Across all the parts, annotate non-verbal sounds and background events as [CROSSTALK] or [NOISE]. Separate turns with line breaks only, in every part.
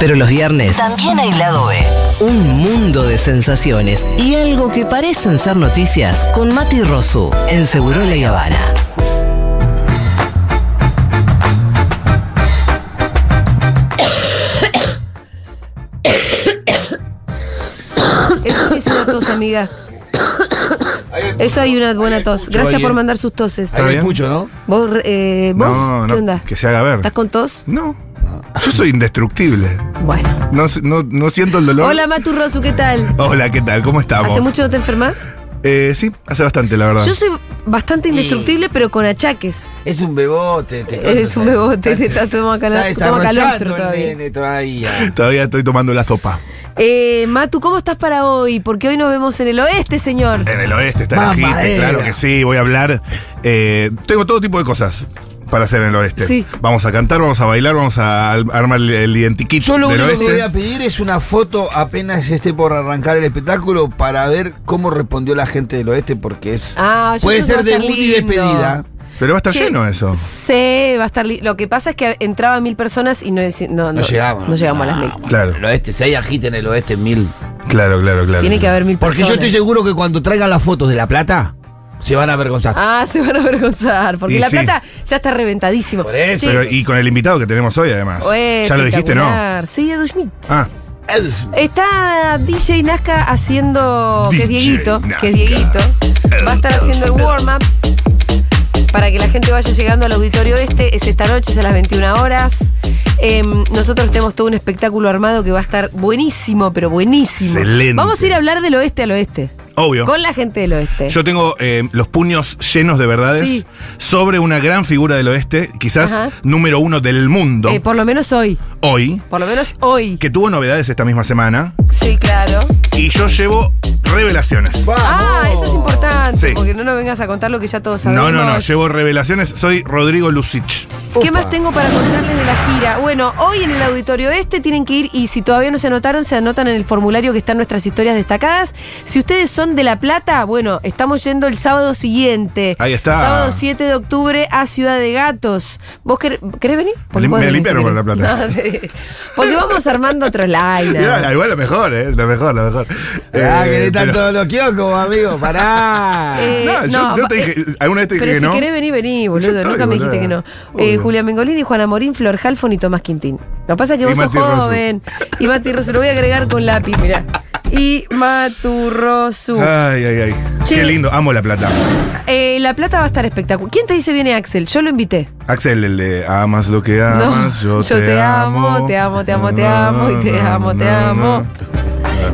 Pero los viernes
También hay lado B.
un mundo de sensaciones y algo que parecen ser noticias con Mati Rosu en Seguro La Habana.
Eso sí es una tos, amiga. Eso hay una buena tos. Gracias por mandar sus toses.
Ahí hay
bien?
pucho, ¿no?
¿Vos, eh, vos?
No,
¿Qué
no,
onda? Ah.
que se haga ver.
¿Estás con tos?
No, yo soy indestructible.
Bueno.
No, s- no- no siento el dolor.
Hola, Matu Rosu, ¿qué tal?
Hola, ¿qué tal? ¿Cómo estamos?
¿Hace mucho no te enfermas?
Eh, sí, hace bastante, la verdad.
Yo soy bastante indestructible, pero con achaques.
Es un bebote. Te
Es un bebote, te está toma cala-
está
toma calostro
desarrollando el
todavía.
nene
[LAUGHS]
todavía.
Todavía estoy tomando la sopa.
Eh, Matu, ¿cómo estás para hoy? Porque hoy nos vemos en el oeste, señor.
Eh,
En el oeste está la
Mamadera.
gente, claro que sí. Voy a hablar. eh, tengo todo tipo de cosas para hacer en el oeste.
Sí.
Vamos a cantar, vamos a bailar, vamos a al- armar el, el identikit
Yo lo
del
único
oeste.
que voy a pedir es una foto apenas esté por arrancar el espectáculo para ver cómo respondió la gente del oeste, porque es.
Ah, yo
puede
creo que va
ser
a estar
debut y
lindo.
despedida.
Pero va a estar
Che,
lleno eso.
Sí, va a estar. li- Lo que pasa es que entraba mil personas y no, deci- no,
No llegamos.
No llegamos a las mil.
Claro,
El oeste, si hay agite en el oeste, mil.
claro, claro, claro.
Tiene que haber mil
Porque
personas.
yo estoy seguro que cuando traigan las fotos de La Plata, se van a avergonzar.
Ah, se van a avergonzar. Porque
Y
la
sí.
plata ya está reventadísima.
Por eso.
Che,
Pero, y con el invitado que tenemos hoy, además.
eh,
ya lo dijiste, ¿no?
espectacular. Sí, Edu Schmidt.
Ah,
Es-
Está DJ Nazca haciendo. que es
DJ
Dieguito. Que es
Nazca.
Dieguito. Va a estar haciendo el warm-up. Para que la gente vaya llegando al auditorio este. Es esta noche, es a las 21 horas. Em, nosotros tenemos todo un espectáculo armado que va a estar buenísimo, pero buenísimo.
Excelente.
Vamos a ir a hablar del oeste al oeste.
obvio.
Con la gente del oeste.
Yo tengo eh, los puños llenos de verdades
Sí.
sobre una gran figura del oeste, quizás
Ajá.
número uno del mundo
Eh, por lo menos hoy.
hoy,
Por lo menos hoy.
que tuvo novedades esta misma semana.
Sí, claro.
Y yo llevo revelaciones.
Ah, eso es importante.
Oh. Sí.
Porque no nos vengas a contar lo que ya todos sabemos.
No, no, no, llevo revelaciones. Soy Rodrigo Lucich.
¿Qué más tengo para contarles de la gira? Bueno, hoy en el auditorio este tienen que ir y si todavía no se anotaron, se anotan en el formulario que están nuestras historias destacadas. Si ustedes son de La Plata, bueno, estamos yendo el sábado siguiente.
Ahí está.
Sábado 7 de octubre a Ciudad de Gatos. ¿Vos quer- querés venir? Porque
Me
podés venir
limpiaron
si
con
querés.
La
[LAUGHS]
Plata.
No, sí. Porque vamos armando otro
[LAUGHS] Igual,
line.
igual lo mejor, ¿eh? Lo mejor, lo mejor.
Ah,
Eh,
que le están
pero-
todos los kioscos, amigo, pará.
Eh,
No, yo-
no,
yo te dije, alguna vez te dije
Pero
que
si
no.
querés venir, vení, boludo.
estoy,
Nunca me
boluda.
dijiste que no. Eh,
Obvio.
Julia Mengolini, Juana Morín, Flor Halfon y Tomás Quintín. Lo que pasa es que
Y
vos
Mati
sos
Rosu.
joven. Y Mati Rosu, lo voy a agregar con lápiz, mirá. Y Matu Rosu.
Ay, ay, ay.
Che.
Qué lindo, amo la plata.
Eh, la plata va a estar espectacular. ¿Quién te dice viene Axel? Yo lo invité.
Axel, el de amas lo que amas,
No,
yo, te, amo,
te amo, te amo, te amo, y te amo, te amo.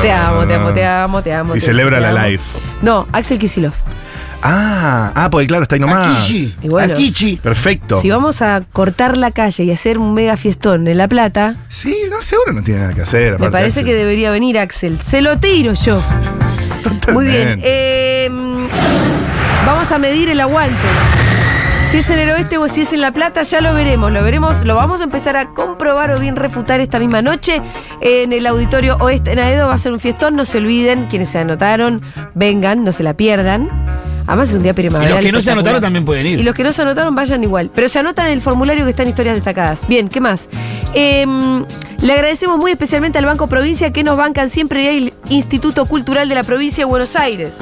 Te amo, te amo, te amo, te amo.
Ah. Y
te-
celebra
te
la
amo.
live.
No, Axel Kisilov.
Ah, ah, porque claro, está ahí nomás.
Akichi.
Y bueno.
Akichi.
Perfecto.
Si vamos a cortar la calle y hacer un mega fiestón en La Plata,
Sí, no, seguro no tiene nada que hacer.
Me
aparte,
parece
Axel.
que debería venir Axel. Se lo tiro yo. Muy bien.
Totalmente.
eh, vamos a medir el aguante. Si es en el oeste o si es en La Plata, ya lo veremos. Lo veremos, lo vamos a empezar a comprobar o bien refutar esta misma noche en el auditorio oeste en Aedo. Va a ser un fiestón, no se olviden. Quienes se anotaron, vengan, no se la pierdan. Además es un día
Y
primaveral.
los que no se
espectacular.
anotaron también pueden
Y
ir.
los que no se anotaron, vayan igual. Pero se anotan en el formulario que está en historias destacadas. Bien, ¿qué más? Eh, le agradecemos muy especialmente al Banco Provincia que nos bancan siempre y el Instituto Cultural de la Provincia de Buenos Aires.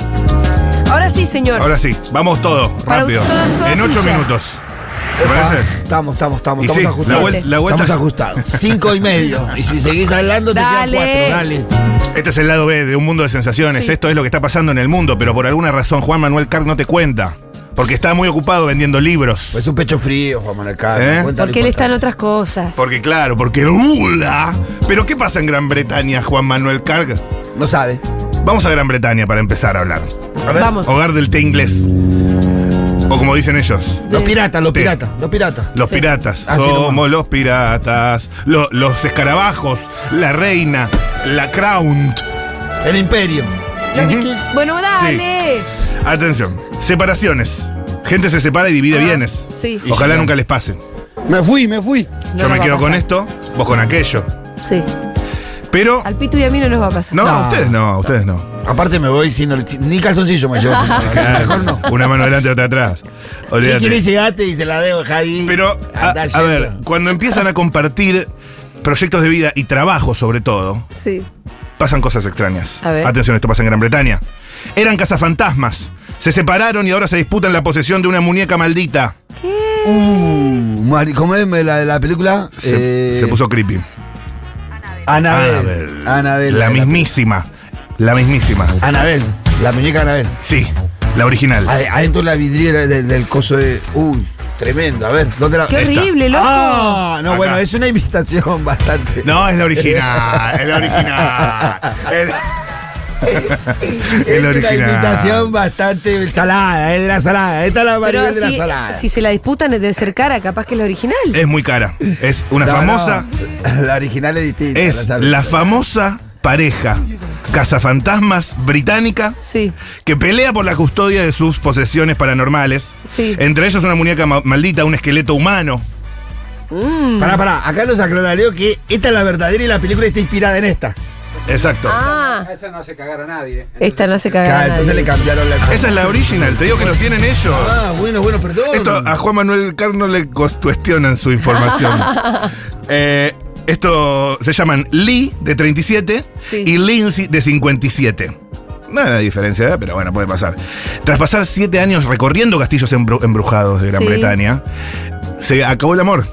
Ahora sí, señor.
Ahora sí, vamos todo,
Para
rápido.
usted, toda
en ocho
suya.
minutos. ¿Te parece?
Ah, Estamos, estamos, estamos,
Y
estamos
sí, la,
ajustados.
vuel- la vuelta.
Estamos ajustados.
[LAUGHS]
Cinco y medio. Y si seguís hablando, te quedan
Dale.
cuatro. Dale.
Este es el lado B de un mundo de sensaciones.
Sí.
Esto es lo que está pasando en el mundo, pero por alguna razón Juan Manuel Carr no te cuenta. Porque está muy ocupado vendiendo libros.
Pues un pecho frío, Juan Manuel
¿Eh?
Carlos.
Porque él está en otras cosas.
Porque claro, porque Lula. Pero ¿qué pasa en Gran Bretaña, Juan Manuel Carg?
No sabe.
Vamos a Gran Bretaña para empezar a hablar.
A ver.
Vamos.
Hogar del té inglés. O como dicen ellos,
Los piratas, los
Te-
piratas, los piratas.
los
Sí.
piratas.
Así
Somos
nomás.
los piratas. Lo- los escarabajos, la reina, la crown.
El imperio.
Los Beatles. Bueno, dale.
Atención, separaciones. Gente se separa y divide bienes.
sí. Y
Ojalá
sí.
nunca les pase.
Me fui, me fui.
No
Yo
nos
me
va a
quedo con
pasar.
esto, vos con aquello.
Sí.
Pero.
Al Pitu y a mí no nos va a pasar.
No,
No.
a ustedes no, a ustedes no.
Aparte me voy sin el- ni calzoncillo me
[LAUGHS]
llevo. sin- Mejor no.
Una mano delante y otra
[LAUGHS]
atrás.
¿Quién
Olvídate.
quiere llegaste y se la dejo, Javi?
Pero, a,
Andá
a ver,
yendo.
cuando empiezan a compartir proyectos de vida y trabajo sobre todo,
Sí.
pasan cosas extrañas.
A ver.
Atención, esto pasa en Gran Bretaña. Eran cazafantasmas. Se separaron y ahora se disputan la posesión de una muñeca maldita.
Uh, Mari- ¿Cómo es la de la película?
Se,
Eh,
se puso creepy.
Anabel. Anabel.
La mismísima. La mismísima.
Anabel. La muñeca Anabel.
Sí, la original.
Ade- Adentro de la vidriera del, del coso de. Uy, tremendo. A ver, ¿dónde la.? Eh,
¡Qué
Ahí está.
horrible, loco!
Ah, no,
Acá.
bueno, es una invitación [LAUGHS] bastante.
No, es la original. Es la original. Es,
es
la
una invitación
original.
bastante salada, es de la salada. Esta es la
Pero
Maribel de la
si,
salada.
si se la disputan de ser cara, capaz que es la original.
Es muy cara. Es una
No,
famosa.
no, La original es distinta.
Es
sabes.
la famosa pareja cazafantasmas británica
Sí.
que pelea por la custodia de sus posesiones paranormales.
Sí.
Entre ellos una muñeca ma- maldita, un esqueleto humano.
Mm.
Pará, pará, acá nos aclara Leo que esta es la verdadera y la película está inspirada en esta.
Exacto.
Ah,
Esa no hace cagar a nadie.
esta no se caga.
Claro, entonces le cambiaron la.
Esa es la original, te digo que los tienen ellos.
Ah, bueno, bueno, perdón.
Esto ah. a Juan Manuel Carno le cos- cuestionan
[LAUGHS]
su información. Eh, esto se llaman Lee de 37
Sí.
y Lindsay de 57. No era la diferencia, ¿eh? pero bueno, puede pasar. Tras pasar siete años recorriendo castillos embru- embrujados de Gran
Sí.
Bretaña, se acabó el amor.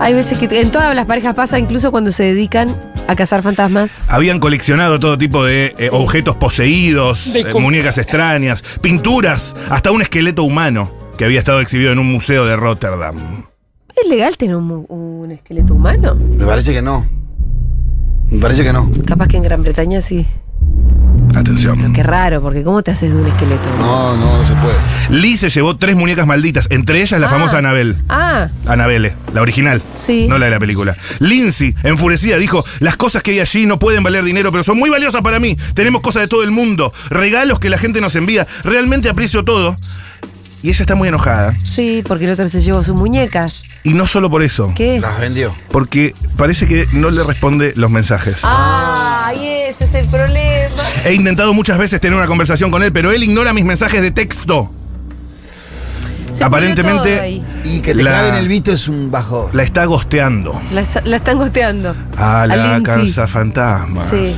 Hay veces que en todas las parejas pasa, incluso cuando se dedican a cazar fantasmas.
Habían coleccionado todo tipo de eh, objetos poseídos, eh, muñecas extrañas, pinturas, hasta un esqueleto humano que había estado exhibido en un museo de Rotterdam.
¿Es legal tener un, mu- un esqueleto humano?
Me parece que no. Me parece que no.
Capaz que en Gran Bretaña sí.
Atención.
Pero qué raro, porque ¿cómo te haces de un esqueleto?
No, no, no se puede.
Lee se llevó tres muñecas malditas, entre ellas la
Ah.
famosa Anabel.
Ah,
Anabele, la original.
Sí.
No la de la película. Lindsay, enfurecida, dijo: Las cosas que hay allí no pueden valer dinero, pero son muy valiosas para mí. Tenemos cosas de todo el mundo, regalos que la gente nos envía. Realmente aprecio todo. Y ella está muy enojada.
sí, porque el otro se llevó sus muñecas.
Y no solo por eso,
¿Qué?
Las vendió.
porque parece que no le responde los mensajes.
Ah, y ese es el problema.
He intentado muchas veces tener una conversación con él, pero él ignora mis mensajes de texto.
Se
Aparentemente-
pudrió todo ahí.
Y que le
La-
claven el visto es un bajón.
La está gosteando.
La, est- la están gosteando.
A la
Lindsay.
cansa fantasma.
Sí.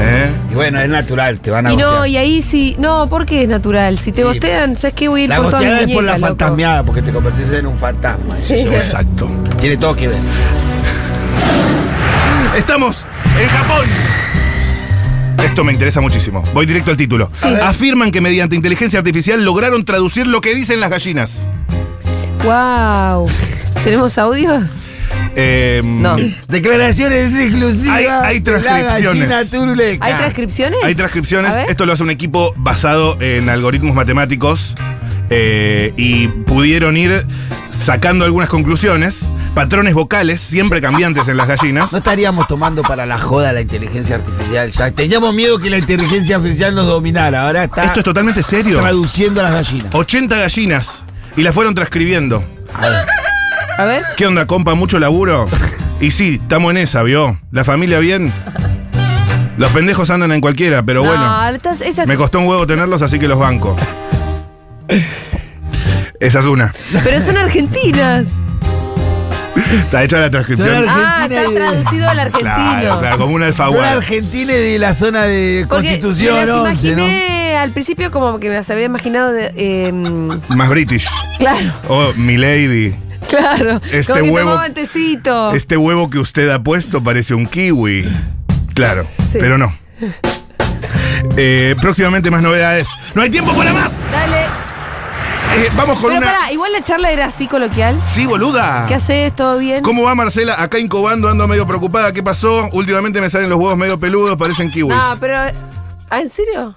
¿Eh?
Y bueno, es natural, te van a
Y no,
gostear.
y ahí sí. No, porque es natural. Si te
Sí.
gostean, ¿sabes qué? Voy a ir
La
por todas
gosteada
mis
es por la
muñecas, loco.
fantasmeada, porque te convertís en un fantasma.
Sí.
Exacto.
Tiene todo que ver.
Estamos en Japón. Esto me interesa muchísimo. Voy directo al título.
Sí.
Afirman que mediante inteligencia artificial lograron traducir lo que dicen las gallinas.
Wow. ¿Tenemos audios?
Eh,
No.
Declaraciones exclusivas.
Hay- hay
de
transcripciones.
La gallina turuleca.
¿Hay transcripciones?
Hay transcripciones.
A ver.
Esto lo hace un equipo basado en algoritmos matemáticos eh, y pudieron ir sacando algunas conclusiones. Patrones vocales siempre cambiantes en las
[LAUGHS]
gallinas.
No estaríamos tomando para la joda la inteligencia artificial ya. Teníamos miedo que la inteligencia artificial nos dominara. Ahora está
Esto es totalmente serio.
traduciendo a las gallinas.
80 gallinas y las fueron transcribiendo.
A ver.
A ver.
¿Qué onda, compa? ¿Mucho laburo? Y sí, estamos en esa, ¿vio? ¿La familia bien? Los pendejos andan en cualquiera, pero bueno.
No, estas- esas-
Me costó un huevo tenerlos, así que
[LAUGHS]
los banco. Esa es una.
pero son argentinas.
Está hecha la transcripción.
Son
Ah,
Argentina
está
y-
traducido al argentino.
Claro, claro, como un
Son
alfaguara.
argentines de la zona de
Porque me
Constitución
las
11, ¿no?
imaginé al principio como que me las había imaginado de, em,
Más british.
claro,
Oh, milady.
claro.
Este
como que
huevo-
tomaban tecito.
Este huevo que usted ha puesto parece un kiwi. Claro,
Sí.
pero no. Eh, próximamente más novedades. ¡No hay tiempo para más!
Dale.
Eh, vamos con
Pero
una.
pará, igual la charla era así coloquial.
Sí, boluda.
¿Qué haces? ¿Todo bien?
¿Cómo va Marcela? Acá incubando, ando medio preocupada. ¿Qué pasó? Últimamente me salen los huevos medio peludos, parecen kiwis.
Ah, pero. ¿Ah, en serio?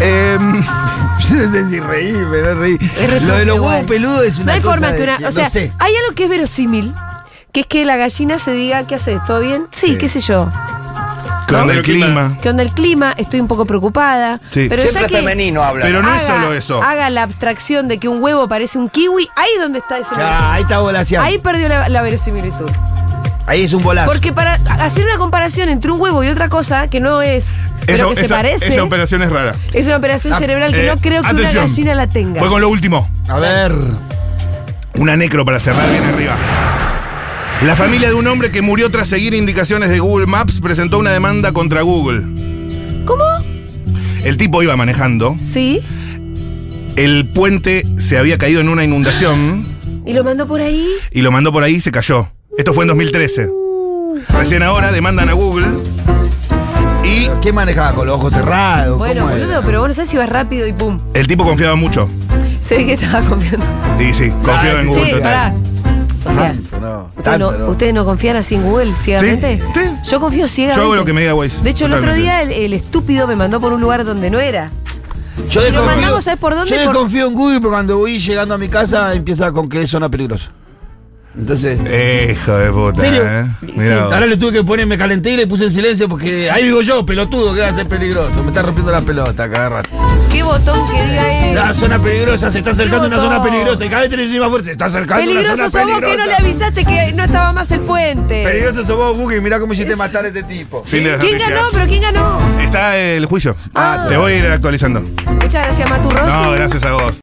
Em,
[LAUGHS] Yo no sé si reírme, no reí.
Es
Lo de los
igual.
huevos peludos es una
No hay
cosa
forma
de
que una.
que-
O sea,
no sé.
hay algo que es verosímil, que es que la gallina se diga, ¿qué haces? ¿Todo bien? Sí, qué sé yo.
¿Qué onda el clima?
¿Qué onda el clima? Estoy un poco preocupada.
Sí.
Pero ya que
habla.
Pero no es
haga-
solo eso.
Haga la abstracción de que un huevo parece un kiwi, ahí es donde está ese.
Ya, ahí está volación.
Ahí
Ahí,
perdió la, la verosimilitud.
es un bolazo.
Porque para hacer una comparación entre un huevo y otra cosa que no es, pero
Esa-
que se
esa-
parece,
Esa operación es rara.
es una operación
Ah,
cerebral que
Eh,
no creo que una
atención.
gallina la tenga.
Fue con lo último.
A ver.
Una necro para cerrar bien arriba. La familia de un hombre que murió tras seguir indicaciones de Google Maps presentó una demanda contra Google.
¿Cómo?
El tipo iba manejando.
Sí.
El puente se había caído en una inundación
¿Y lo mandó por ahí?
y lo mandó por ahí y se cayó. Esto fue en 2013. Recién ahora demandan a Google y
¿Qué manejaba? ¿Con los ojos cerrados?
Bueno,
¿Cómo era?
boludo, pero vos no sabés si vas rápido y pum. [LAUGHS]
el tipo confiaba mucho.
Se ve que estaba confiando.
Sí, sí, confiaba en
Ay,
Google.
Che,
total.
pará. O sea,
Tanto, no.
¿ustedes
Tanto,
no,
no.
¿ustedes no confían así en Google ciegamente?
sí.
Yo confío ciegamente.
Yo hago lo que me diga Waze.
De hecho, el otro
Totalmente.
día el, el estúpido me mandó por un lugar donde no era.
Yo
Pero mandamos, ¿sabes por dónde?
Yo
Por-
desconfío en Google, pero cuando voy llegando a mi casa empieza con que es zona peligrosa. Entonces.
Eh, Hijo de
¿En
puta.
serio?
¿eh?
Sí.
Mirá vos.
Ahora le tuve que poner, me calenté y le puse en silencio porque ahí vivo yo, pelotudo, que va a ser peligroso. Me está rompiendo la pelota, cada rato.
¿Qué botón que diga es?
La zona peligrosa, se está acercando una
Loco.
zona peligrosa. Y cada vez te lo decís más fuerte, se está acercando
Peligroso
una
sos
zona
vos que no le
peligrosa.
avisaste que no estaba más el puente.
Peligroso sos vos, Buki, mirá cómo hiciste matar a este tipo.
Fin de las
¿Quién
noticias.
ganó? ¿Pero quién ganó?
Está el juicio.
Ah,
Te voy a ir actualizando.
Muchas gracias, Maturrosi.
No, gracias a vos.